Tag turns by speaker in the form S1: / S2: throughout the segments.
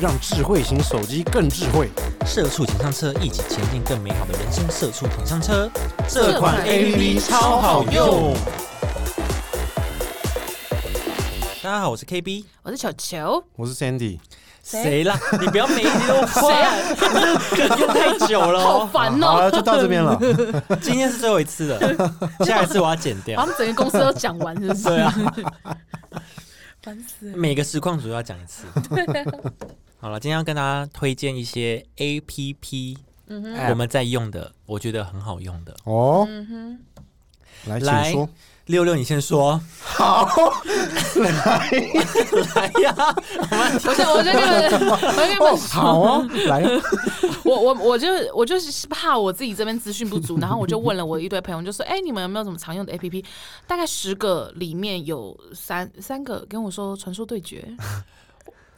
S1: 让智慧型手机更智慧。
S2: 社畜情商车，一起前进更美好的人生。社畜情商车，
S1: 这款 APP 超好用。
S2: 大家好，我是 KB。
S3: 我是球球，
S1: 我是 Sandy，
S3: 谁
S2: 谁啦？你不要每一集都换， 这梗用太久了
S3: 啊好
S2: 哦。
S3: 烦
S1: 好啊
S3: 哦、
S1: 了，就到这边了。
S2: 今天是最后一次了，下一次我要剪
S3: 把他
S2: 掉。
S3: 们整个公司都讲完，是不是？
S2: 对啊，
S3: 烦死了。
S2: 每个实况组要讲一次。好了，今天要跟大家推荐一些 APP，我们在用的，我觉得很好用的。
S1: 哎哦，来，请
S2: 来
S1: 说。
S2: 六六，你先说。好，来来呀！
S3: 不 是， 我就跟我就跟
S1: 哦，好哦，来，
S3: 我我我就我就是怕我自己这边资讯不足，然后我就问了我一堆朋友，就说：“哎、你们有没有什么常用的 APP？” 大概十个里面有三三个跟我说《传说 对决》，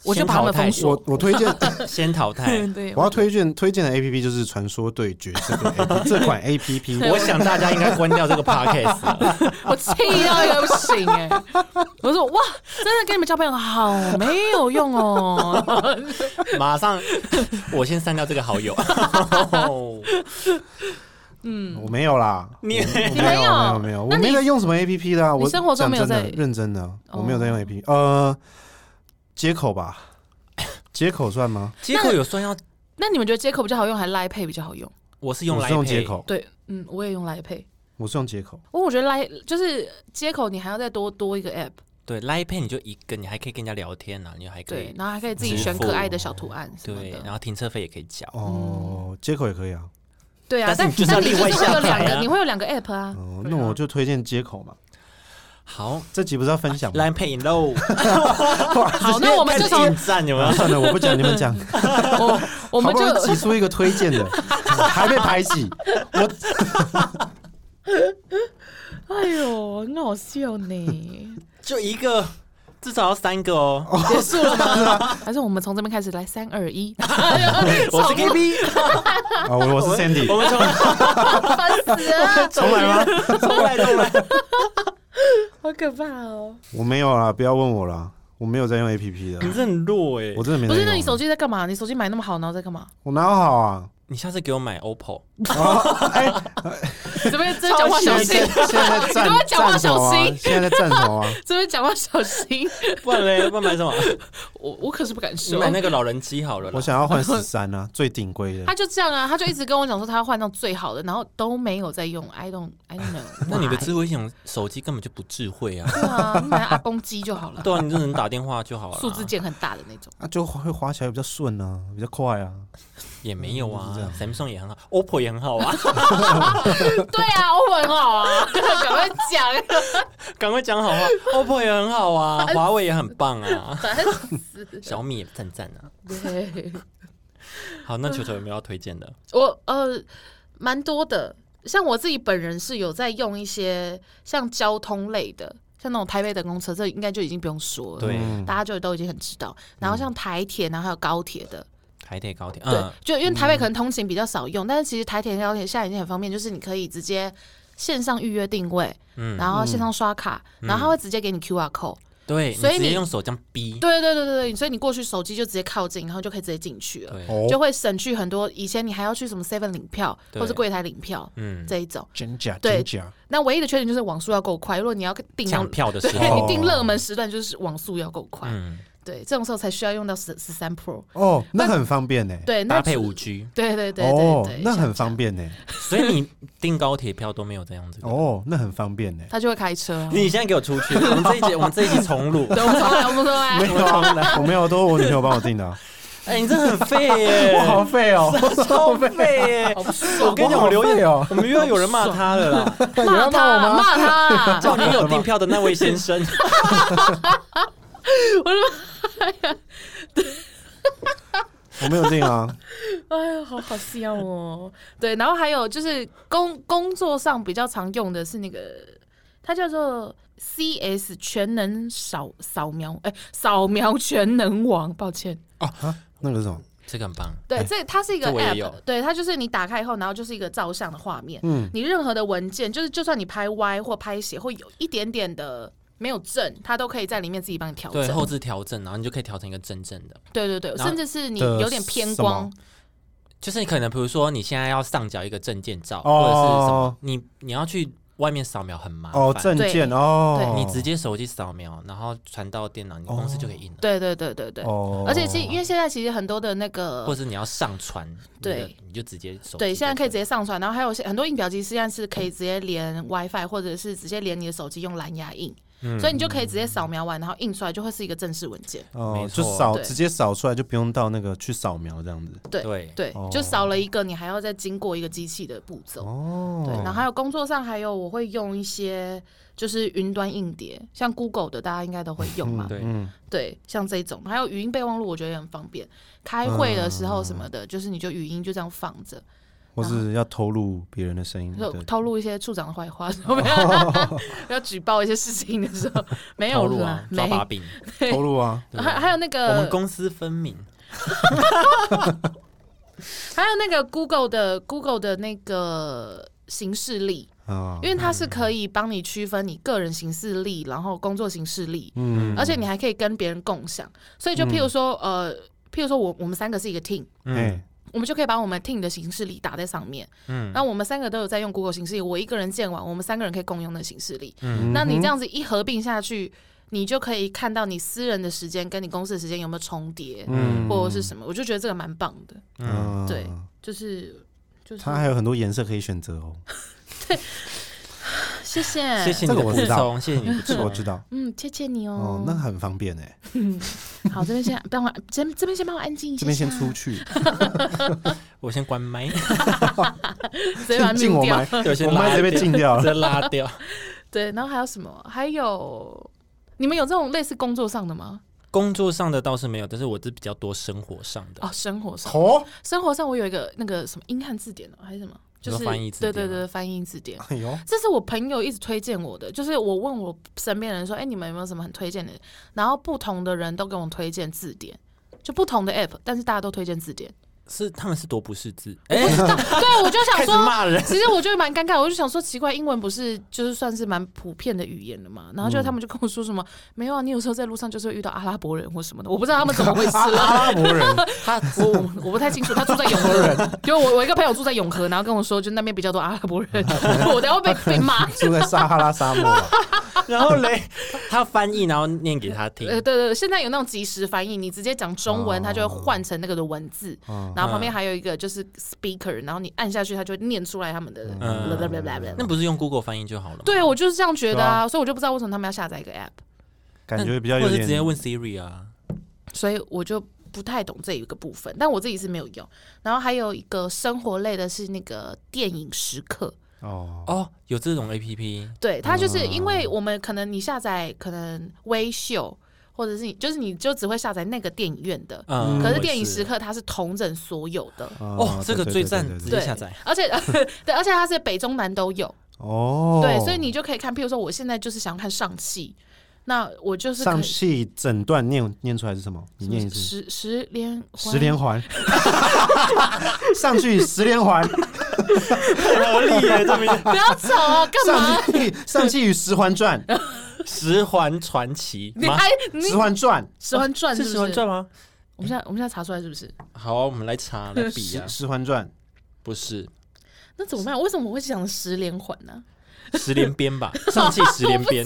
S3: 我就把他们封锁。
S1: 我我推荐，
S2: 先淘汰。
S3: 对
S1: 我，要推荐推荐的 A P P 就是《传说对决》这个 APP 这款 A P P。
S2: 我想大家应该关掉这个 podcast 了。
S3: 我气到一个不行哎、我说：“哇，真的跟你们交朋友好没有用哦。
S2: 马上，我先删掉这个好友。
S1: 我没有啦，
S2: 你
S1: 我我
S3: 你
S1: 没
S3: 没
S1: 有，没
S3: 有
S1: 有，没有，我
S3: 那你
S1: 没在用什么 A P P 的啊。我
S3: 生活中
S1: 讲
S3: 没有
S1: 真的
S3: 在
S1: 认真的，我没有在用
S3: 哦
S1: A P P。呃，接口吧，接口算吗？
S2: 接口有算要，”
S3: 那你们觉得接口比较好用，还是 Line Pay 比较好用？
S2: 我是用
S1: 我
S2: 来
S1: 是用接，口，
S3: 对，嗯，我也用 Line Pay。
S1: 我是用接口。
S3: 我我觉得 Line 就是接口，你还要再多多一个 App，
S2: 对 Line Pay 你就一个，你还可以跟人家聊天呢、啊，你还可
S3: 对
S2: 以，
S3: 然后还可以自己选可爱的小图案什么
S2: 对，然
S3: 的。
S2: 后停车费也可以缴。
S3: 嗯
S1: 哦，接口也可以啊。
S3: 对啊，
S2: 但
S3: 但
S2: 是你就是要
S3: 你
S2: 另外
S3: 会有
S2: 下载啊嗯
S3: 两个，你会有两个 App 啊。
S1: 哦，
S3: 对
S1: 那
S3: 啊
S1: 我就推荐接口嘛。
S2: 好
S1: 这集不是要分享吗？
S2: ，Line Pay no。
S3: 好，那我们就从
S2: 引战有没有？
S1: 啊算了，我不讲，你们讲。
S3: 我 我们
S1: 好不
S3: 就
S1: 容易挤出一个推荐的， 还被排挤。我
S3: 哎呦，很好笑呢。
S2: 就一个，至少要三个哦。
S3: 结束了 吗？还是我们从这边开始来三二一？
S2: 我是 KB，
S1: 啊，我我是 Sandy，
S2: 我们从
S3: 烦死了，
S1: 重来吗？
S2: 重来重来。
S3: 好可怕哦！
S1: 我没有啦，不要问我啦，我没有在用 A P P 的
S2: 你
S1: 啦，
S2: 这很弱哎
S1: 我！真的没
S3: 不
S1: 在
S3: 是，
S1: 用。
S3: 那你手机在干嘛？你手机买那么好，然后 在干嘛？
S1: 我哪有好啊？哦哎
S2: 你下次给我买 OPPO。
S3: 这边这边讲话 小
S2: 超
S3: 心
S2: 级，
S1: 现在在
S3: 你跟我
S1: 站
S3: 讲话
S1: 站什么
S3: 小
S1: 啊
S3: 心？
S1: 现在在站什 么啊？
S3: 这边讲话小心。
S2: 不然嘞，不然买 什么？
S3: 我我可是不敢
S2: 你
S3: 说。
S2: 买那个老人机好了啦。
S1: 我想要换十三啊，最顶规的
S3: 他。就这样啊，他就一直跟我讲说他要换到最好的，然后都没有在用。I don't I don't know
S2: 那你的
S3: why
S2: 智慧型手机根本就不智慧啊！
S3: 对啊，你买阿公机就好了，
S2: 对啊，你就能打电话就好了。啊
S3: 数字键很大的那种。
S1: 啊，就会滑起来比较顺啊，比较快啊。
S2: 也没有
S1: 嗯
S2: 啊
S1: 就是
S2: ，Samsung 也很好，OPPO 也很好啊。
S3: 对啊，欧文很好啊， 赶快讲，
S2: 赶快讲好话，OPPO 也很好啊，华为也很棒啊，
S3: 烦死。
S2: 小米也赞赞啊。
S3: 对，
S2: 好，那球球有没有要推荐的？
S3: 我呃蛮多的，像我自己本人是有在用一些像交通类的，像那种台北的公车，这应该就已经不用说了。
S2: 对
S1: 嗯
S3: 大家就都已经很知道，然后像台铁，然后还有高铁的，
S2: 台铁、高铁，
S3: 对
S2: 嗯，，
S3: 就因为台北可能通勤比较少用，但是其实台铁、高铁现在已经很方便，就是你可以直接线上预约定位，
S2: 嗯
S3: 然后线上刷卡，然后它会直接给你 QR code。
S2: 对，
S3: 所以
S2: 你直接
S3: 你
S2: 用手这样逼，
S3: 对对对对对，所以你过去手机就直接靠近，然后就可以直接进去了，
S2: 对，
S1: 哦
S3: 就会省去很多以前你还要去什么 Seven 领票
S2: 对
S3: 或是柜台领票
S2: 嗯，
S3: 这一种。
S1: 真假
S3: 对
S1: 真假，
S3: 那唯一的缺点就是网速要够快，如果你要订那
S2: 抢
S3: 种。
S2: 票的
S3: 对
S2: 时
S1: 哦
S2: 候，
S3: 你订热门时段就是网速要够快，
S2: 嗯，
S3: 对，这种时候才需要用到十十三 Pro，
S1: 哦，那很方便呢。
S3: 对，那
S2: 搭配
S3: 主
S2: 五 G，
S3: 对对对对
S1: 哦
S3: 对，，
S1: 那
S3: 像
S1: 很
S3: 这样
S1: 方便呢。
S2: 所以你订高铁票都没有这样子。
S1: 哦，那很方 便呢。
S3: 他就会开车啊，
S2: 你现在给我出去！我们这一集，我们这一集重录。
S3: 对，我们重来，我们重来，
S1: 没有啊，我没有，都是我女朋友帮我订 的啊。
S2: 哎，你这很废耶，
S1: 我好废哦，
S2: 啊 超废耶！
S3: 好不
S2: 我
S3: 爽
S2: 跟你讲，我留
S1: 好
S2: 言
S1: 废哦，
S2: 我们又要有人骂他了啦。
S3: 骂
S1: 你要
S3: 他，
S1: 骂我吗
S3: 骂 他，
S2: 叫你有订票的那位先生，
S1: 我没有订啊。
S3: 哎呀，好好笑哦。对，然后还有就是工工作上比较常用的是那个，它叫做 CS 全能扫扫描，哎、扫描全能网，抱歉。
S1: 那个是什么？
S2: 这个很棒。
S3: 对，这它是一个
S2: 这我也有
S3: app，对，它就是你打开以后，然后就是一个照相的画面，
S1: 嗯
S3: 你任何的文件，就是就算你拍歪或拍斜，会有一点点的没有正，它都可以在里面自己帮你调整
S2: 对。后置调整，然后你就可以调成一个真正的。
S3: 对对对，
S2: 然后
S3: 甚至是你
S1: 的
S3: 有点偏
S1: 什么
S3: 光，
S2: 就是你可能比如说你现在要上缴一个证件照、
S1: 哦
S2: 或者是什么，你你要去外面扫描很麻烦。
S1: 哦，证件哦，
S2: 你直接手机扫描，然后传到电脑，你公司就可以印了。
S3: 对对对对对。
S1: 哦，
S3: 而且其实因为现在其实很多的那个
S2: 或者是你要上传，
S3: 对
S2: 你的，你就直接手机
S3: 对，现在可以直
S2: 接
S3: 接上传，然后还有些很多印表机现在是可以直接
S1: 嗯
S3: 连 WiFi，或者是直接连你的手机用蓝牙印，所
S1: 嗯
S3: 以你就可以直接扫描完，然后印出来就会是一个正式文件。
S1: 哦
S2: 没，
S1: 就
S2: 错
S1: 扫
S3: 对
S1: 直接扫出来，就不用到那个去扫描这样子。
S3: 对
S2: 对
S3: 对，
S1: 哦
S3: 就少了一个，你还要再经过一个机器的步骤。
S1: 哦，
S3: 对，然后还有工作上还有我会用一些就是云端硬碟，像 Google 的大家应该都会用嘛，
S2: 对
S1: 嗯，
S3: 对，像这种，还有语音备忘录，我觉得也很方便。开会的时候什么
S1: 嗯
S3: 的，就是你就语音就这样放着，
S1: 或是要透露别人的声
S2: 嗯
S1: 音，
S3: 就
S1: 对，
S3: 透露一些处长的 坏话， 什么的要举报一些事情的时候，没有
S2: 透露
S3: 啦
S2: 啊，，抓
S3: 没。呃
S2: 把柄。
S1: 透露啊，
S2: 对
S3: 还还有那
S2: 我们
S3: 个，
S2: 公私分明，
S3: 还有那个 Google 的 Google 的那个行事历，
S1: 啊，
S2: 哦
S3: 因为它是
S2: 嗯
S3: 可以帮你区分你个人行事历，然后工作行事历，
S1: 嗯，
S3: 而且你还可以跟别人共享。所以就譬如说，
S2: 嗯
S3: 呃，譬如说我我们三个是一个 team，
S1: 哎，
S3: 我们就可以把我们 team 的形式力打在上面。嗯，那我们三个都有在用 Google 形式力，我一个人建完，我们三个人可以共用的形式力。
S1: 嗯
S3: 那你这样子一合并下去，你就可以看到你私人的时间跟你公司的时间有没有重叠，
S1: 嗯
S3: 或者是什么。我就觉得这个蛮棒的，
S2: 嗯，
S1: 嗯
S3: 对就是就是。
S1: 它还有很多颜色可以选择哦，
S3: 谢谢，
S2: 谢谢
S1: 这
S2: 你
S1: 个
S2: 的
S1: 我
S2: 补
S1: 知道
S2: 充，谢谢你的补
S1: 这
S2: 充，
S1: 个我知道。
S3: 嗯，谢谢你
S1: 哦
S3: 哦。，
S1: 那很方便哎，
S3: 好，这边先帮我，这这边先帮我安静一下，
S1: 这边先 出，去，
S2: 我先关麦，
S3: 直接把它
S1: 进
S3: 命
S1: 我
S3: 掉
S1: 麦。，
S2: 对，先
S1: 我麦
S2: 拉
S1: 直接被
S2: 掉
S1: 禁掉
S2: 直
S1: 了。
S2: 接拉掉。
S3: 对，然后还有什么？还有你们有这种类似工作上的吗？
S2: 工作上的倒是没有，但是我是比较多生活上的。
S3: 哦，生活上。
S1: 哦，种
S3: 生活上我有一个那个什么英汉字典哦，还是什么，
S2: 你
S3: 就
S2: 说
S3: 是
S2: 翻译字典
S3: 对对
S2: 吗
S3: 对，翻译字典。
S1: 哎呦，
S3: 这是我朋友一直推荐我的，就是我问我身边的人说，哎、你们有没有什么很推荐的？然后不同的人都给我推荐字典，就不同的 app，但是大家都推荐字典。
S2: 是他们是多不识字，哎，
S3: 对，我就想
S2: 开始
S3: 说，
S2: 骂 人。
S3: 其实我就蛮尴尬，我就想说，奇怪，英文不是就是算是蛮普遍的语言了嘛？然后就他们就跟我说什么，没有啊，你有时候在路上就是会遇到阿拉伯人或什么的，我不知道他们怎么回事了。
S1: 阿拉伯 人，
S3: 他我我我不太清楚，他住在永和，就我我一个朋友住在永和，然后跟我说，就那边比较多阿拉伯人，我等下会被被骂。
S1: 住在撒哈拉沙漠啊，
S2: 然后嘞，他翻译，然后念给他听。
S3: 呃，对对，现在有那种即时翻译，你直接讲中文，
S1: 哦
S3: 它就会换成那个的文字，
S2: 哦
S1: 嗯
S3: 然后旁边还有一个就是 speaker，然后你按下去，它就会念出来他们的。
S2: 嗯
S3: blah blah blah blah blah
S2: 那不是用 Google 翻译就好了吗？
S3: 对，我就是这样觉得
S1: 对
S3: 啊，所以我就不知道为什么他们要下载一个 app，
S1: 感觉比较
S2: 或
S1: 有
S2: 者是直接
S1: 点
S2: 问 Siri 啊。
S3: 所以我就不太懂这一个部分，但我自己是没有用。然后还有一个生活类的是那个电影时刻，
S1: 哦，
S2: 哦，有这种 A P P，
S3: 对，它就是因为我们可能你下载可能微秀，或者是你就是你就只会下载那个电影院的，
S2: 嗯，
S3: 可
S2: 我
S3: 是
S2: 也
S3: 电影时刻它是同整所有的。
S2: 哦，这个
S1: 对
S2: 最
S1: 对
S2: 赞，
S1: 对对
S2: 直
S1: 对
S2: 接 下载。
S3: 而且 对，而且它是北中南都有，
S1: 哦，
S3: 对，所以你就可以看，譬如说我现在就是想要看上戏，那我就是可
S1: 上
S3: 以
S1: 戏整段念念出来是什么？你
S3: 什么
S1: 念一次。
S3: 十十连
S1: 十连环，上去十连环，
S2: 合理耶，这边
S3: 不要走哦，干嘛？
S1: 上去上去与十环转，
S2: 十环传奇
S3: 你
S2: 吗
S3: 还你
S1: 十环转，
S3: 十环转是
S2: 是
S3: 不
S2: 十环
S3: 是？
S2: 传吗？
S3: 我们现在我们现在查出来是不是？
S2: 好啊，我们来查 来比啊
S1: 十，十环转，
S2: 不是
S3: 那怎么办？为什么我会想十连环呢？
S2: 十连鞭吧，上汽十连鞭。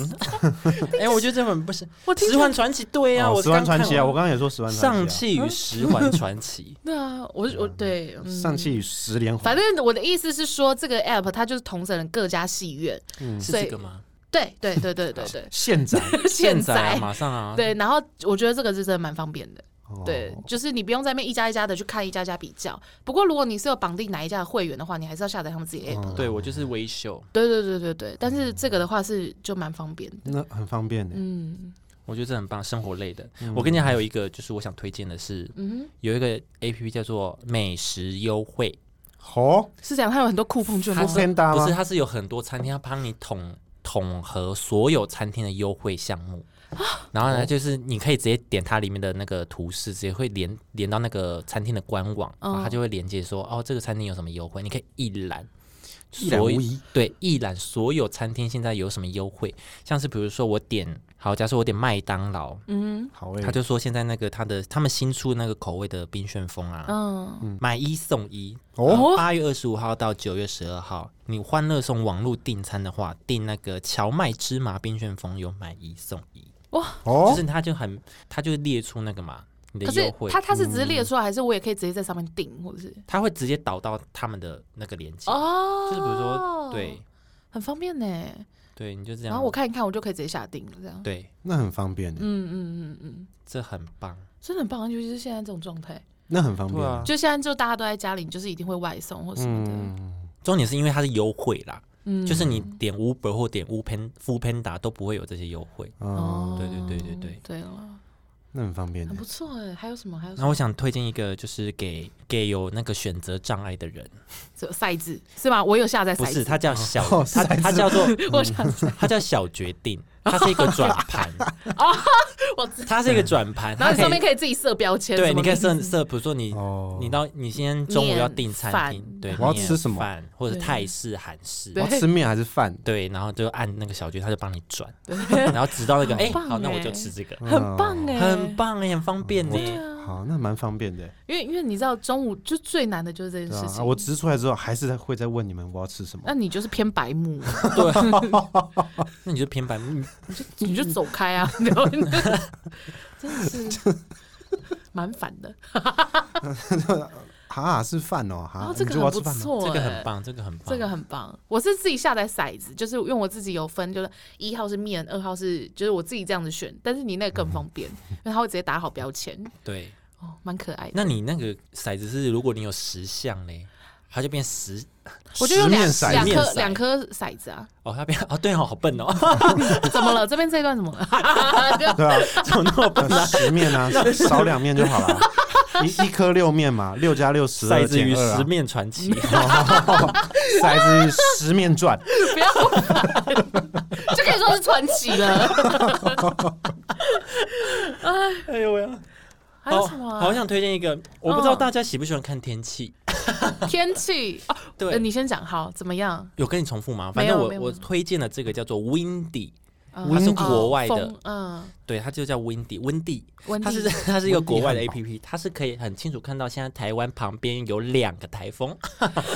S2: 哎， 我觉得这本不是
S3: 我听，
S2: 十环传奇，对啊，
S1: 哦
S2: 我
S1: 十环
S2: 刚看
S1: 传奇啊！
S2: 完
S1: 我刚刚也说十环传
S2: 上
S1: 奇
S2: 汽与十环传奇
S3: 对啊，我我对嗯
S1: 啊，上
S3: 期。
S1: 去与十连环，，
S3: 反正我的意思是说，这个 app 它就是同整了各家戏院，
S2: 是
S3: 所以
S2: 这个吗？
S3: 对对对对对 对
S1: 现在
S3: 现
S2: 在啊
S3: 在
S2: 马上啊，
S3: 对，然后我觉得这个是真的蛮方便的。
S1: 哦
S3: 对，就是你不用在那边一家一家的去看一家家比较。不过如果你是有绑定哪一家的会员的话，你还是要下载他们自己的 app 啦。
S2: 对我就是微秀，
S3: 对对对对对，但是这个的话是就蛮方便的。
S1: 那很方便的。
S3: 嗯
S2: 我觉得这很棒，生活类的。我跟你讲，还有一个就是我想推荐的是，
S3: 嗯
S2: 有一个 A P P 叫做美食优惠，
S1: 哦，
S3: 哼，是这样，它有很多酷碰券吗
S1: 不？偏搭
S2: 不是
S1: 吗？
S2: 它是有很多餐厅，它帮你统统合所有餐厅的优惠项目。然后呢，就是你可以直接点它里面的那个图示，直接会连连哦到那个餐厅的官网，然后它就会连接说，哦，这个餐厅有什么优惠，你可以一览。
S1: 一览
S2: 所
S1: 无
S2: 有
S1: 遗。
S2: 对一览所有餐厅现在有什么优惠，像是比如说我点好，假设我点麦当劳，
S3: 嗯
S1: 好诶、
S2: 他就说现在那个他的他们新出那个口味的冰旋风啊，
S3: 嗯，
S2: 买一送一
S1: 哦，
S2: 八月二十五号到九月十二号，你欢乐送网络订餐的话，订那个荞麦芝麻冰旋风有买一送一，就
S1: 哦，
S2: 是他就很他就列出那个嘛你的
S3: 可
S2: 优
S3: 是
S2: 惠，
S3: 他他是只是列出来，还是我也可以直接在上面订，或者是
S2: 他会直接导到他们的那个链接，
S3: 哦，
S2: 就是比如说对，
S3: 很方便呢。
S2: 对，你就这样，
S3: 然后我看一看，我就可以直接下定了，这样。
S2: 对，
S1: 那很方便、欸，
S3: 嗯嗯嗯嗯，
S2: 这很棒，
S3: 真的很棒，尤其是现在这种状态，
S1: 那很方便。
S2: 对啊
S3: 就现在就大家都在家里，你就是一定会外送或什么的。
S1: 嗯，
S2: 重点是因为它是优惠啦，
S3: 嗯，
S2: 就是你点 Uber 或点 U Pen、f o o Panda 都不会有这些优惠。
S1: 哦，
S2: 对对对对对
S3: 对了，
S1: 那很方便、
S3: 很
S1: 欸
S3: 不。错哎。还有什么？还有什
S2: 那我
S3: 么？
S2: 想推荐一个，就是给给有那个选择障碍的人，
S3: 这赛制是吗？我有下载
S2: 不
S3: 赛
S2: 是，嗯
S3: 制，
S2: 它叫小，
S1: 哦
S2: 它它叫做
S3: 我想
S2: 它叫小决定，它是一个转 盘，
S3: 哦我知，
S2: 它是一个转盘，
S3: 然后
S2: 它
S3: 你上
S2: 可
S3: 面
S2: 以
S3: 可以自己设标签，
S2: 对，
S3: 什么
S2: 你可以设
S3: 名字
S2: 设，比如说你
S1: 哦，
S2: 你到你今天中午要订餐厅，
S3: 面
S2: 对，
S1: 我要
S2: 面
S1: 吃什么
S2: 饭或者
S3: 对
S2: 泰式、韩式
S1: 我
S3: 对，
S1: 要吃面还是饭？
S2: 对，然后就按那个小决，它就帮你转，然后直到那个哎，
S3: 好棒
S2: 好，那我就
S3: 欸
S2: 吃这个，
S1: 嗯
S3: 很棒哎，
S2: 很。棒哎，很方便
S1: 我
S3: 啊
S2: 哎。
S3: 嗯
S1: 好，那蛮方便的、欸，
S3: 因为因为你知道中午就最难的就是啊这件
S1: 对
S3: 事
S1: 啊。
S3: 情。
S1: 我指出来之后，还是会再问你们我要吃什么。
S3: 那你就是偏白目，
S2: 欸啊 那你就偏白，嗯
S3: 你就走开啊！然后你 就真的是蛮烦的。
S1: 哈，是饭哦，
S3: 然
S1: 哈，
S3: 后这
S1: 你
S3: 个
S1: 就我要吃
S3: 很不
S1: 饭吗？
S3: 错，欸
S2: 这个很。棒，这个很棒，
S3: 这个很棒，我是自己下载骰子，就是因为我自己有分，就是一号是面，二号是就是我自己这样子选，但是你那个更方 便，因为它会直接打好标签，
S2: 对。
S3: 哦，蛮可爱的。
S2: 那你那个骰子是，如果你有十项嘞，它就变十
S3: 我就用两
S1: 十面骰
S2: 十
S3: 两颗
S2: 面骰
S3: 两颗骰子啊，
S2: 哦，它变哦，对哦，好笨哦，
S3: 怎么了？这边这一段怎么了？
S1: 对啊，怎么那么笨啊？十面啊，少两面就好 了。一一颗六面嘛，六加六 十二
S2: 骰子
S1: 减
S2: 与
S1: 二啊
S2: 十，面传 奇，
S3: 啊
S1: 骰子与十面转，
S3: 不要烦，就可以说是传奇了。
S2: 哎呦喂，
S3: 还有
S2: 好
S3: 什么啊、
S2: 好想推荐一个，我不知道
S3: 嗯
S2: 大家喜不喜欢看天气，
S3: 天气哦，呃
S2: 对，
S3: 你先讲好怎么样？
S2: 有跟你重复吗？反
S3: 没有
S2: 正
S3: 没
S2: 我
S3: 有
S2: 我推荐的这个叫做 Windy，
S3: 嗯
S2: 它是
S1: Windy
S2: 国外的，
S3: 风嗯，
S2: 对，它就叫 Windy Windy，
S3: 温
S2: 它是
S3: 蒂
S2: 它是一个国外的 A
S1: Windy 汉堡
S2: P P，它是可以很清楚看到现在台湾旁边有两个台风，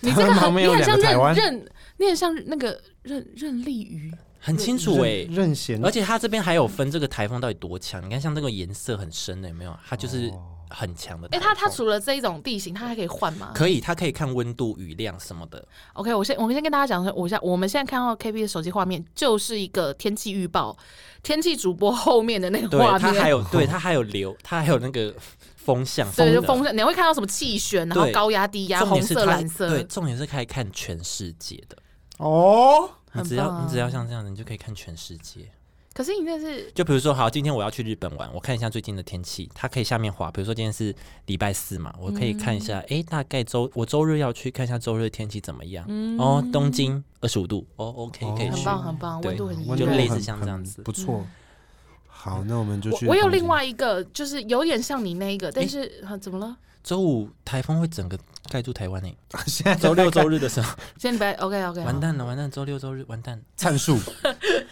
S3: 你这个
S1: 旁
S3: 很，
S1: 边
S3: 你
S1: 有
S3: 很
S1: 两
S3: 像
S1: 个台
S3: 任
S1: 湾
S3: 任，你很像那个任任立瑜，
S2: 很清楚哎、
S1: 任任贤
S2: 而且它这边还有分这个台风到底多强，你看像这个颜色很深的有没有？它就是
S1: 哦
S2: 很强的台
S3: 哎，
S2: 风。
S3: 它它除了这一种地形，它还可以换吗
S2: 可以，它可以看温度、雨量什么的。
S3: ？OK，我先我们先跟大家讲说，我现我们现在看到 KB 的手机画面就是一个天气预报，天气主播后面的那个
S2: 对，
S3: 画
S2: 它还
S3: 面。
S2: 有，对，它还有流， 它还有那个风向，
S3: 对，就
S2: 的
S3: 风扇，你会看到什么气旋，然后
S2: 对
S3: 高压、低压，
S2: 重
S3: 红
S2: 点是
S3: 色、
S2: 它
S3: 蓝色，
S2: 对，重点是可以看全世界的。
S1: 哦，
S2: 你
S3: 很
S2: 只要
S3: 棒啊
S2: 你只要像这样子，你就可以看全世界。
S3: 可是你那是
S2: 就比如说，好，今天我要去日本玩，我看一下最近的天气，它可以下面滑。比如说今天是礼拜四嘛，我可以看一
S3: 嗯
S2: 下，诶，大概周我周日要去看一下周日的天气怎么样。哦，东京二十五度，哦，OK，可以
S1: 哦
S2: 去
S3: 嗯很。棒，很棒，
S2: 对
S3: 温度很宜
S1: 温
S2: 就
S1: 度
S3: 人
S2: 类似
S1: 很
S2: 像
S1: 很
S2: 这样子
S1: 不错。好，那我们就
S3: 嗯我
S1: 去。
S3: 我有另，外一个，就是有点像你那一个，但是、啊怎么了？
S2: 周五台风会整个盖住台湾 诶、
S1: 现在
S2: 周六周日的时候，
S3: 今天礼拜 OK OK
S2: 完蛋了，完蛋，周六周日完蛋。
S1: 参数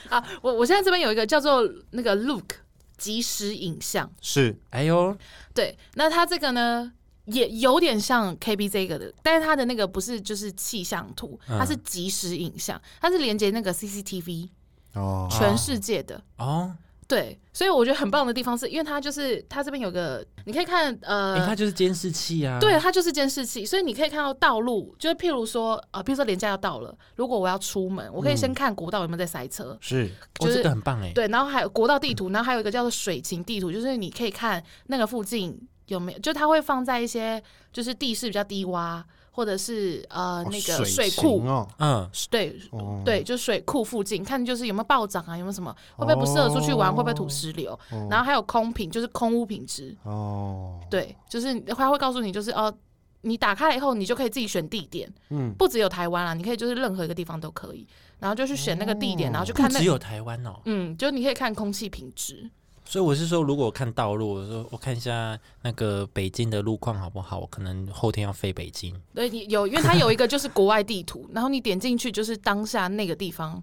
S3: 啊！我我现在这边有一个叫做那个 Look 即时影像，
S1: 是
S2: 哎呦，
S3: 对，那它这个呢也有点像 KB 这个的，但是它的那个不是就是气象图，
S2: 嗯
S3: 它是即时影像，它是连接那个 CCTV
S1: 哦，
S3: 全世界的。
S2: 哦，
S3: 对，所以我觉得很棒的地方是，因为它就是它这边有个，你可以看呃，
S2: 哎、它就是监视器啊。
S3: 对，它就是监视器，所以你可以看到道路，就是譬如说，呃，譬如说廉价要到了，如果我要出门，我可
S2: 嗯
S3: 以先看国道有没有在塞车，
S1: 是
S2: 哦，
S3: 就是
S2: 这个很棒哎、
S3: 对，然后还有国道地图，然后还有一个叫做水情地图，就是你可以看那个附近有没有，就它会放在一些就是地势比较低洼，或者是呃、
S1: 哦
S3: 那个水
S1: 水
S3: 库
S1: 情，哦，
S2: 嗯，
S3: 对。
S1: 哦，
S3: 对，就是水库附近看，就是有没有暴涨啊，有没有什么会不会不适合出去玩，会不会土
S1: 哦
S3: 石流，
S1: 哦
S3: 然后还有空品，就是空屋品质，
S1: 哦，
S3: 对，就是他会告诉你，就是哦，你打开了以后，你就可以自己选地点，
S1: 嗯
S3: 不只有台湾啦，你可以就是任何一个地方都可以，然后就去选那个地点，然后去
S2: 不
S3: 看那
S2: 只，有台湾哦，
S3: 嗯，就你可以看空气品质，
S2: 所以我是说，如果我看道路，我说我看一下那个北京的路况好不好？我可能后天要飞北京。
S3: 对，你有，因为它有一个就是国外地图，然后你点进去就是当下那个地方。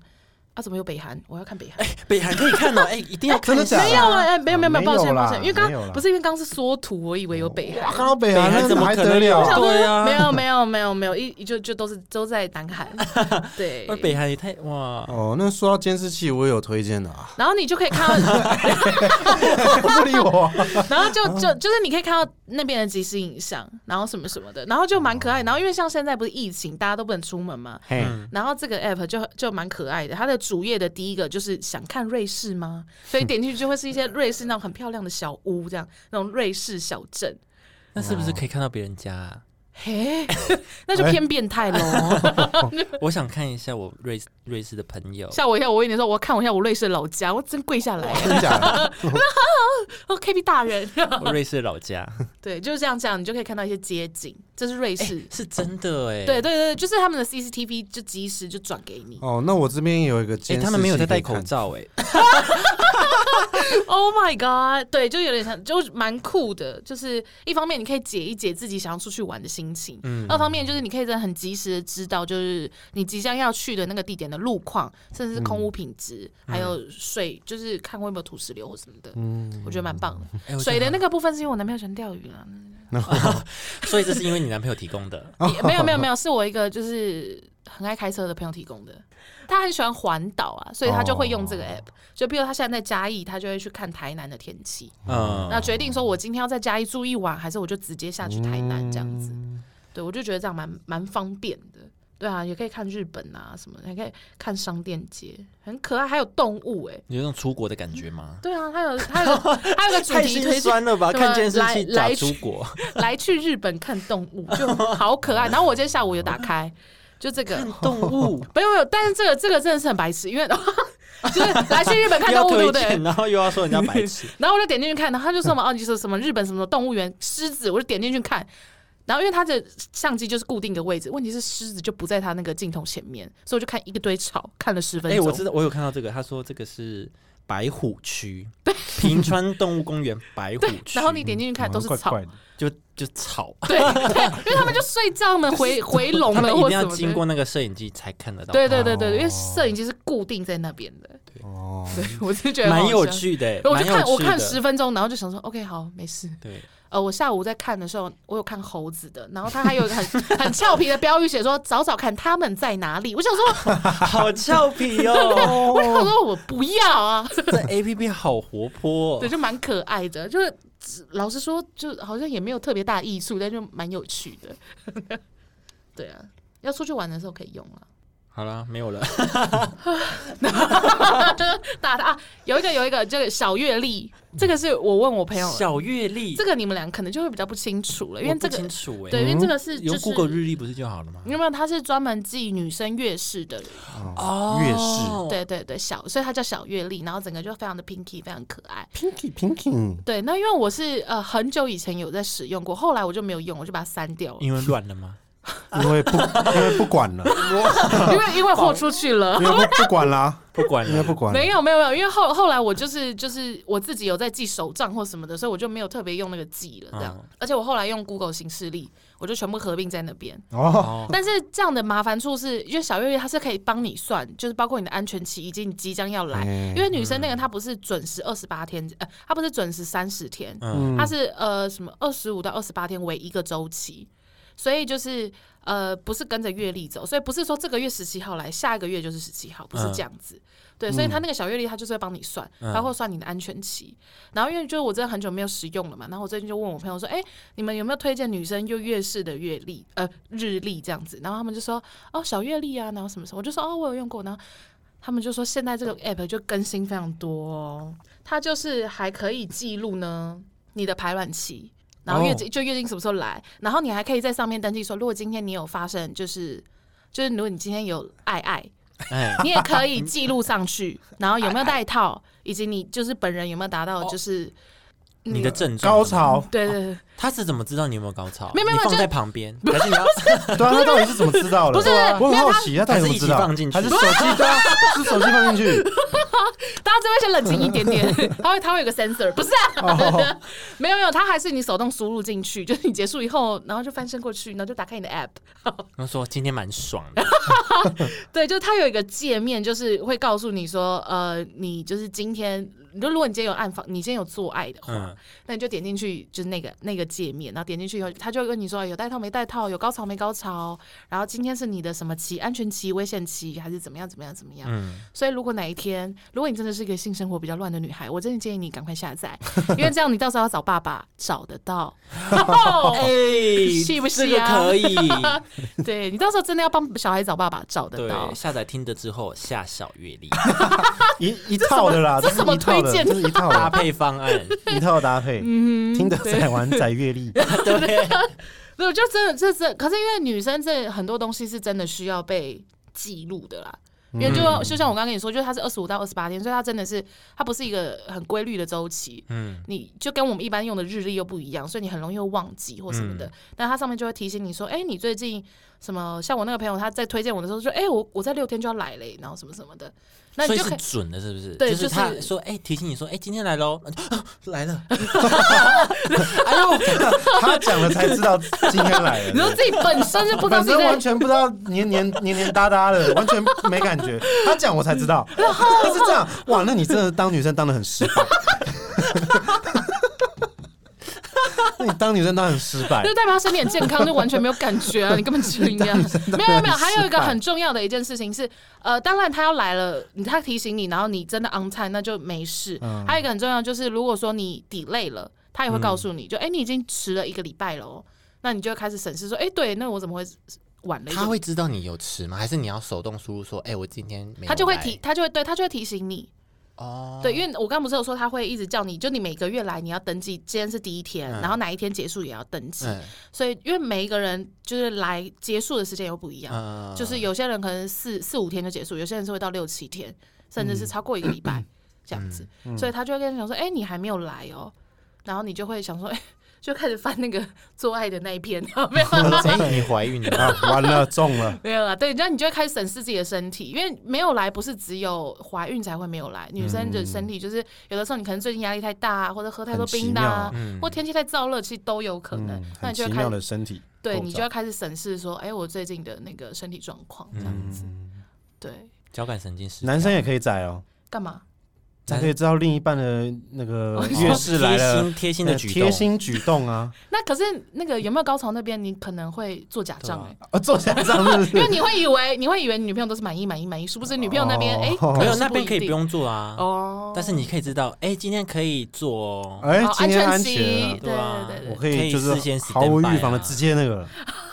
S3: 啊，怎么有北韩？我要看北 韩。
S2: 北韩可以看哦，哎、一定要看
S1: 真的
S2: 一
S1: 假
S2: 下。
S3: 没有哎、没有没有没
S1: 没有
S3: 有，抱歉
S1: 啦
S3: 抱歉，因为刚
S1: 没有啦
S3: 不是因为刚是缩图，我以为有北啊韩。
S1: 看到北
S2: 北
S1: 韩
S2: 韩
S1: 那
S2: 怎么
S1: 还
S2: 可
S1: 得
S2: 能
S1: 了？
S2: 有？对啊，
S3: 没有没有没有没有，一一就就都是都在 南韩，对
S2: 那。北韩也太哇，
S1: 哦，那说到监视器，我有推荐的 啊，
S3: 然后你就可以看到，
S1: 不理我。
S3: 然后就就就是你可以看到那边的即时影像，然后什么什么的，然后就蛮可爱。然后因为像现在不是疫情，大家都不能出门嘛，
S1: 嘿，
S2: 嗯
S3: 然后这个 app 就就蛮可爱的。它的主页的第一个就是想看瑞士 吗？所以点进去就会是一些瑞士那种很漂亮的小屋，这样那种瑞士小镇。
S2: 那是不
S1: 哦
S2: 是可以看到别人家、啊？
S3: 嘿， 那就偏变态喽！
S2: 我想看一下我瑞瑞士的朋友，
S3: 吓我一跳，我以为你说我要看我一下我瑞士的老家，我真跪下来。
S1: 真假的？
S3: 哦，K B 大 人，
S2: 我瑞士的老 家，
S3: 对，就是这样这样，你就可以看到一些街景，这是瑞士。
S2: 是真的哎、
S3: 对对对，就是他们的 CCTV 就及时就转给你。
S1: 哦，那我这边也有一个
S2: 哎、
S1: 监视器可以看，
S2: 他们没有在戴口罩 哎、
S3: Oh my god！对，就有点像，就蛮酷的。就是一方面你可以解一解自己想要出去玩的心情，
S2: 嗯
S3: 二方面就是你可以真的很及时的知道，就是你即将要去的那个地点的路况，甚至是空屋
S2: 嗯
S3: 品质，还有水，就是看过有没有土石流或什么的。我觉得蛮棒的。
S2: 嗯哎我觉得
S3: 水的那个部分是因为我男朋友喜欢钓鱼啦，
S2: 所以这是因为你男朋友提 供的。
S3: 也没有没有没有，是我一个就是很爱开车的朋友提供的。他很喜欢环岛啊，所以他就会用
S2: 哦
S3: 这个 app。就比如他现在在嘉义，他就会去看台南的天气。
S1: 哦
S2: 嗯，
S3: 那决定说我今天要在嘉义住一晚，还是我就直接下去台南这样子。
S2: 嗯
S3: 对，我就觉得这样蛮蛮方便的。对啊，也可以看日本啊什么的，还可以看商店街，很可爱，还有动物哎、
S2: 有那种出国的感觉吗？
S3: 对啊，它有 它有它有个主
S2: 太
S3: 题
S2: 心
S3: 推荐，
S2: 酸了吧！
S3: 对吧
S2: 看监视器
S3: 来
S2: 假
S3: 来
S2: 出国，
S3: 来去日本看动物就好可爱。然后我今天下午有打开，就这个
S2: 动 物
S3: 没有没有，但是这个这个真的是很白痴，因为 就是来去日本 看
S2: 要
S3: 动物，对
S2: 推
S3: 不对
S2: 荐，？然后又要说人家白 痴，
S3: 然后我就点进去看，然后他就说什么哦，你说什么日本什么动物园狮子，我就点进去看。然后因为他的相机就是固定一个位置，问题是狮子就不在他那个镜头前面，所以我就看一个堆草，看了十分
S2: 哎、
S3: 钟。
S2: 我知道，我有看到这个，他说这个是白虎区， 平川动物公园白虎区，
S3: 然后你点哦进去看都是
S1: 怪
S3: 草，
S1: 怪的。
S2: 就就草，
S3: 对对，因为他们就睡觉们回回笼
S2: 他们
S3: 了
S2: 一
S3: 或
S2: 定
S3: 什
S2: 要
S3: 么
S2: 经
S3: 的。
S2: 过那个摄影机才看得到，
S3: 对对对对，对因为摄影机是固定在那边的，
S1: 哦，
S3: 对我是觉得很
S2: 蛮
S3: 好
S2: 有
S3: 笑。
S2: 趣的、
S3: 我
S2: 蛮
S3: 就
S2: 有
S3: 看我
S2: 趣
S3: 看
S2: 的
S3: 十分钟，然后就想说 OK 好没事，
S2: 对，
S3: 呃，我下午在看的时候，我有看猴子的，然后他还有一个很很俏皮的标语，写说“找找看他们在哪里”。我想
S2: 哦
S3: 说，
S2: 好俏皮哦，
S3: 我想说我不要啊，
S2: 这 A P P 好活泼、
S3: 对，
S2: 哦。
S3: 就蛮可爱的。就是老实说，就好像也没有特别大的艺术，但就蛮有趣的。 对啊，要出去玩的时候可以用啊了。
S2: 好啦，没有了。
S3: 大的啊，有一个有一个这个小阅历，这个是我问我朋友，
S2: 小阅历，
S3: 这个你们俩可能就会比较不清楚了，因
S2: 我
S3: 为
S2: 不
S3: 这个
S2: 清楚哎、
S3: 对，因为这个是就
S2: 有
S3: 是
S2: Google 日历不是就好了吗？
S3: 有没有？它是专门记女生月事的
S2: 哦
S1: 月事
S3: 对对对，小，所以它叫小月历，然后整个就非常的 pinky，非常可爱。
S1: Pinky Pinky，
S3: 对，那因为我是呃很久以前有在使用过，后来我就没有用，我就把它删掉了，
S2: 因为乱了吗？
S1: 因为不因为不管了，
S3: 因为因为豁出去了
S1: 因。为不不管啦，
S2: 不管
S1: 因为
S2: 了，
S1: 不管了
S3: 没有没有没有，因为后后来我就是就是我自己有在记手账或什么的，所以我就没有特别用那个记了这样。
S2: 嗯
S3: 而且我后来用 Google 形式力，我就全部合并在那边。
S1: 哦，
S2: 哦，
S3: 但是这样的麻烦处是，因为小月月它是可以帮你算，就是包括你的安全期以及你即将要来，
S1: 哎
S3: 因为女生
S2: 嗯
S3: 那个她不是准时二十八天，呃，她不是准时三十天，
S2: 嗯
S3: 它是呃什么二十五到二十八天为一个周期，所以就是呃不是跟着月历走，所以不是说这个月十七号来，下一个月就是十七号，不是这样子。对，所以
S2: 嗯
S3: 它那个小月历它就是会帮你算，包括算你的安全期。然后因为就是我真的很久没有使用了嘛，然后我最近就问我朋友说，哎、你们有没有推荐女生用月式的月历呃日历这样子？然后他们就说哦小月历啊，然后什么什么，我就说哦我有用过，然后。他们就说现在这个 app 就更新非常多、哦，它就是还可以记录呢你的排卵期，然后月经、就月经什么时候来，然后你还可以在上面登记说，如果今天你有发生就是就是如果你今天有爱爱，
S2: 哎，
S3: 你也可以记录上去，然后有没有戴套，以及你就是本人有没有达到就是、
S2: 哦你的症状
S1: 高潮，
S3: 对对对，
S2: 他是怎么知道你有没有高潮？
S3: 没有没有
S2: 你放
S3: 就
S2: 在旁边，还是你要
S1: 对啊，他到底是怎么知道的？啊
S3: 不是不是
S1: 我很好奇，他到底怎
S2: 还是
S1: 么
S2: 一
S1: 知
S2: 起
S1: 道？
S2: 放进去
S1: 还是手机？对啊，是手机放进去，
S3: 大家这边先冷静一点 点，它会它会有个 sensor，不是、
S2: 哦
S3: 啊？ 没有没有，它还是你手动输入进去，就是你结束以后，然后就翻身过去，然后就打开你的 app。
S2: 他说今天蛮爽 的，
S3: 对，就是它有一个界面，就是会告诉你说，呃，你就是今天，你就如果你今天有暗访，你今天有做爱的话，
S2: 嗯，
S3: 那你就点进去，就是那个那个界面，然后点进去以后，他就会跟你说有带套没带套，有高潮没高潮，然后今天是你的什么期，安全期、危险期，还是怎么样怎么样怎么样。
S2: 嗯
S3: 所以如果哪一天，如果你真的是一个性生活比较乱的女孩，我真的建议你赶快下载，因为这样你到时候要找爸爸找得 到。
S2: 哎，
S3: 是不是
S2: 这个
S3: 啊
S2: 可 以？
S3: 对你到时候真的要帮小孩找爸爸找得到
S2: 对，。下载听的之后下小阅历
S1: 一一套的啦，
S3: 这
S1: 这
S3: 什么
S1: 是一套的
S3: 这什么推荐
S1: 这是一套
S2: 搭
S1: 的
S2: 配方 案，
S1: 一套搭配，
S3: 嗯
S1: 听得载玩载阅历，
S2: 对，
S3: 对，就真的这这，可是因为女生这很多东西是真的需要被记录的啦。
S2: 嗯
S3: 因为就
S1: 嗯
S3: 就像我刚刚跟你说，就是它是二十五到二十八天，所以它真的是它不是一个很规律的周期，
S2: 嗯，
S3: 你就跟我们一般用的日历又不一样，所以你很容易会忘记或什么
S2: 嗯
S3: 的。但它上面就会提醒你说，哎、你最近什么？像我那个朋友，他在推荐我的时候就说，哎、我我在六天就要来嘞，然后什么什么的，那
S2: 所
S3: 你
S2: 以
S3: 就可
S2: 是
S3: 以
S2: 准的，是不是？
S3: 对
S2: 就是
S3: 就是
S2: 他说，哎，提醒你说，哎，今天来 喽，啊来了，哎呦，
S1: 他讲了才知道今天来
S3: 你说
S1: 了。
S3: 自己本身就不知
S1: 本
S3: 道自己
S1: 身
S3: 在
S1: 完全不知道黏黏黏黏哒哒的，完全没感觉。他讲我才知 道，是这样。哇，那你真的当女生当的很失败。那你当女生当得很失败
S3: 就，代表他身体很健康，就完全没有感觉啊！你根本就 应该没有没有没有。还有一个很重要的一件事情是，呃，当然他要来了，他提醒你，然后你真的 on time 那就没事。
S1: 嗯
S3: 还有一个很重要就是，如果说你 delay 了，他也
S2: 嗯
S3: 会告诉你，就哎、你已经迟了一个礼拜了哦，那你就会开始审视说，哎、对，那我怎么会晚了一
S2: 他
S3: 个？
S2: 会知道你有吃吗？还是你要手动输入说，哎，我今天没有来，
S3: 他就会提，他就会对他就会提醒你，
S2: 哦，
S3: 对，因为我刚不是有说他会一直叫你，就你每个月来你要登记，今天是第一天，
S2: 嗯
S3: 然后哪一天结束也要登记，
S2: 嗯，
S3: 所以因为每一个人就是来结束的时间又不一样，
S2: 嗯
S3: 就是有些人可能四四五天就结束，有些人是会到六七天，甚
S1: 嗯
S3: 至是超过一个 礼拜、这样子，所以他就会跟你讲说：“哎、你还没有来哦。”然后你就会想说：“哎、 就开始翻那个做爱的那一篇，没有啦
S2: 哎，你怀孕了，
S1: 啊， 完了中了，
S3: 没有啦，对，然后你就会开始审视自己的身体，因为没有来不是只有怀孕才会没有来，女生的身体就是有的时候你可能最近压力太大、啊，或者喝太多
S1: 嗯很奇
S3: 冰的、啊
S1: 妙，
S2: 嗯
S3: 或天气太燥热，其实都有可能。
S1: 嗯，
S3: 那
S1: 很
S3: 你就
S1: 奇
S3: 会开
S1: 妙
S3: 始
S1: 的身体构造，
S3: 对你就要开始审视说，哎、我最近的那个身体状况这样
S1: 嗯
S3: 子，对，
S2: 交感神经失调
S1: 男生也可以载哦，
S3: 干嘛？
S1: 才可以知道另一半的那个
S2: 哦
S1: 月事来
S2: 贴
S1: 了，
S2: 心贴心的
S1: 呃
S2: 举动，
S1: 贴心举动啊，
S3: 那可是那个有没有高潮那边，你可能会做假账哎、欸
S1: 啊，坐下这样是不
S3: 因为
S1: 是？
S3: 你会以为你会以为你女朋友都是满意满意满意，殊不知女朋友那边哎、
S1: 哦
S2: 没有
S3: 是
S2: 那
S3: 不
S2: 边
S3: 一
S2: 可以不
S3: 定
S2: 用做啊。
S3: 哦，
S2: 但是你可以知道，哎、今天可以做哦。
S1: 哎
S3: 哦，
S1: 今天安
S3: 期
S1: 全啊
S3: 对
S2: 对啊
S3: 对对
S1: 我
S3: 对，
S1: 可
S2: 可
S1: 以
S2: 以
S1: 就是
S2: 事先
S1: 毫无
S2: standby
S1: 预防的
S2: 啊
S1: 直接那个了，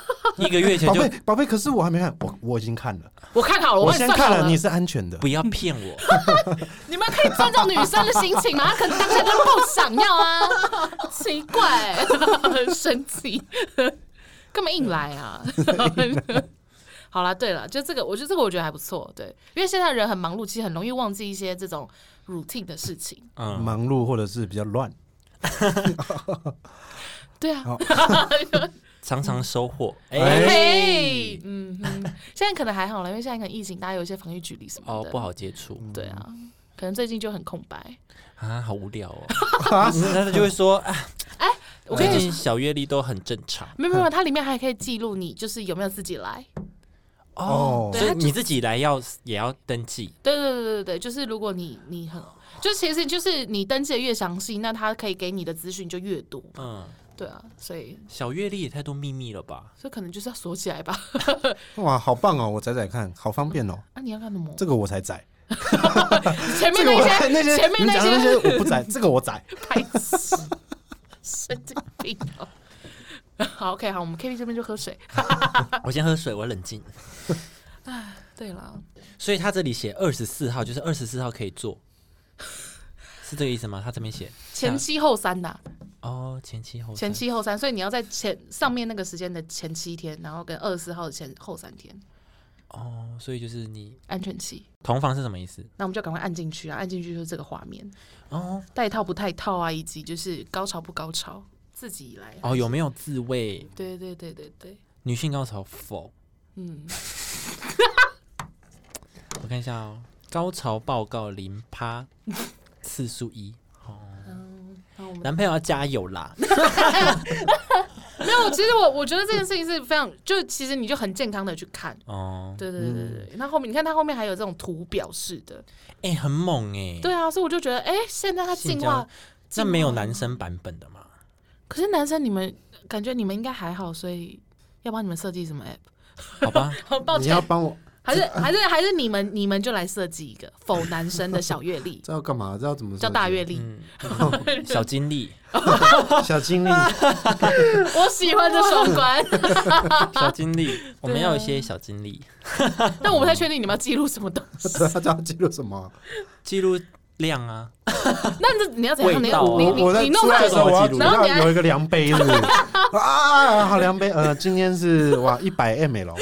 S2: 一个月前
S1: 宝
S2: 就
S1: 贝宝贝，可是我还没看，我我已经看了，
S3: 哦我看好了，
S1: 我
S3: 帮你
S1: 先
S3: 算
S1: 看
S3: 好了，
S1: 你是安全的
S2: 不，要 骗我，
S3: 你们可以尊重女生的心情吗？她可能当下就不想要啊， 奇怪、欸很生气， 干嘛硬来啊？ 好啦，对了，就这个，我觉得这个我觉得还不错，对，因为现在人很忙碌，其实很容易忘记一些这种 routine 的事情。
S2: 嗯，
S1: 忙碌或者是比较乱，
S3: 对啊，
S1: 好
S2: 常常收获。哎、
S1: 哎
S3: 嘿，嗯哼，现在可能还好了，因为现在可能疫情，大家有一些防疫距离什么
S2: 哦
S3: 的，，
S2: 不。好接触
S1: 嗯
S3: 对啊，可能最近就很空白。
S2: 啊，好无聊 哦。那他就会说，啊，
S3: 我跟
S2: 最
S3: 你说，
S2: 近小阅历都很正常
S3: 没有没有，它里面还可以记录你就是有没有自己来。
S1: 哦
S3: 对
S2: 所以
S3: 他就
S2: 你自己来要也要登记。
S3: 对对对对对，就是如果你你很，就其实就是你登记的越详细，那它可以给你的资讯就越多。
S2: 嗯，
S3: 对啊，所以
S2: 小阅历也太多秘密了吧？
S3: 所以可能就是要锁起来吧。
S1: 哇，好棒哦，我载载看，好方便哦，
S3: 那、啊你要干 什么？
S1: 这个我才载，
S3: 前
S1: 这
S3: 面
S1: 个我
S3: 那些
S1: 那些
S3: 前面
S1: 你讲的
S3: 那
S1: 那
S3: 些
S1: 些我不载，这 个我载，
S3: 白痴，神经病哦、 好，OK，好，我们 K T 这边就喝水。啊
S2: 我先喝水，我冷静。
S3: 对了，
S2: 所以他这里写二十四号，就是二十四号可以做， 是这个意思吗？他这边写
S3: 前七后三呐、
S2: 哦，前期后
S3: 前
S2: 期
S3: 七后三，所以你要在前上面那个时间的前七天，然后跟二十四号的前后三天
S2: 哦，所以就是你
S3: 安全期。
S2: 同房是什么意思？
S3: 那我们就赶快按进去啊！按进去就是这个画面，
S2: 哦
S3: 带套不带套啊，以及就是高潮不高潮，自己来。
S2: 哦，有没有自慰？
S3: 对对对对对，
S2: 女性高潮否？
S3: 嗯，
S2: 我看一下哦，高潮报告零趴， 次数一。哦，
S3: 然后嗯我们
S2: 男朋友要加油啦！
S3: 没有，其实我我觉得这件事情是非常，就其实你就很健康的去看。
S2: 哦，
S3: 对对对对对，那后面你看它后面还有这种图表示的，
S2: 哎、很猛哎、
S3: 对啊，所以我就觉得，哎，现在它
S2: 性
S3: 进
S2: 交
S3: 化，
S2: 那没有男生版本的嘛？
S3: 可是男生你们感觉你们应该还好，所以要帮你们设计什么 app？
S2: 好吧，
S3: 好 抱
S1: 你
S3: 歉
S1: 要，帮我，，
S3: 还是还是还是你们你们就来设计一个否男生的小阅历
S1: 这要干嘛？这要怎么设计？
S3: 叫大阅历。
S2: 嗯，小经历，
S1: 小精灵，
S3: 我喜欢这双关， 啊
S2: 小经历，我们要有一些小经历，
S3: 但我不太确定你们要记录什么东西。
S1: 他叫他记录什么？
S2: 记录量啊，
S3: 那这你要怎样？你
S2: 味道啊
S3: 你
S1: 我
S3: 你
S1: 我在
S3: 你弄
S1: 出来
S3: 来
S1: 的时候，我要
S2: 记录
S1: 我
S3: 然后你
S1: 要
S3: 还
S1: 有一个量杯 是不是啊，好量杯，呃，今天是哇一百 ml，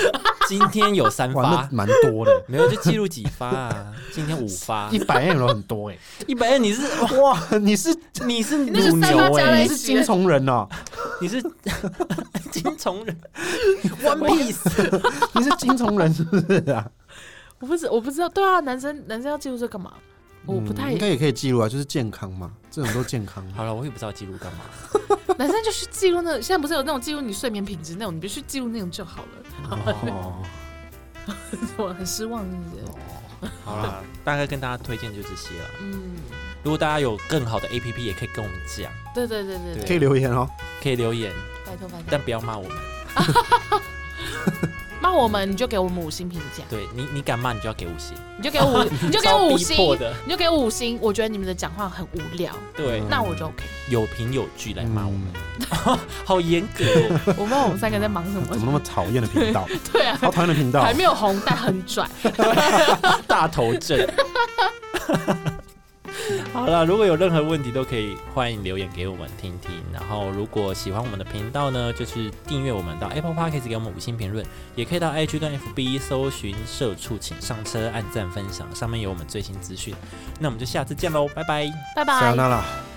S2: 今天有三
S1: 哇，那
S2: 发，
S1: 蛮多的，
S2: 没有就记录几发啊？ 今天五发
S1: 一，百 ml 很多哎，
S2: 一百二你是
S1: 哇，你是
S2: 你 是
S3: 那个
S2: 乳
S3: 三发
S2: 牛
S3: 加在
S2: 哎、
S1: 你
S3: 一
S1: 是
S3: 起
S1: 金虫人哦，
S2: 你是 金虫人 ，One Piece，
S1: 你是金虫人是不是啊？
S3: 我不知我不知道，对啊，男生男生要记录这干嘛？我不
S1: 嗯
S3: 太
S1: 应该也可以记录啊，就是健康嘛，这种都健康。
S2: 好了，我也不知道记录 干嘛。
S3: 男生就是记录那 种，现在不是有那种记录你睡眠品质那种，你必须记录那种就好了。
S1: 哦，
S3: 我很失望，是 不是？
S2: 好啦，大概跟大家推荐就这些了。
S3: 嗯，
S2: 如果大家有更好的 A P P，也可以跟我们讲，
S3: 对对对对
S1: 可
S3: 对，
S1: 以留言哦。
S2: 可以留言，
S3: 拜托拜托
S2: 但，不要骂我们。
S3: 骂我们你就给我们五星评价，
S2: 对你，你敢骂你就要给五星，
S3: 你就 给我五，你就给
S2: 超
S3: 我五
S2: 逼迫
S3: 星，
S2: 的。
S3: 你就给我五星。我觉得你们的讲话很无聊，
S2: 对，
S3: 那我就 OK。
S2: 有凭有据来骂我们，
S1: 嗯
S2: 好严格哦。
S3: 我不知道我们三个在忙什
S1: 怎么那
S3: 么，
S1: 么讨厌的频道？
S3: 对啊，
S1: 好讨厌的频道
S3: 还。没有红但很拽。
S2: 大头症。好了，如果有任何问题都可以欢迎留言给我们听听。然后，如果喜欢我们的频道呢，就是订阅我们到 Apple Podcast 给我们五星评论，也可以到 IG 跟 FB 搜寻“社畜请上车”，按赞分享，上面有我们最新资讯。那我们就下次见喽，拜拜。
S1: 塞
S3: 拜拜
S1: 那。啦。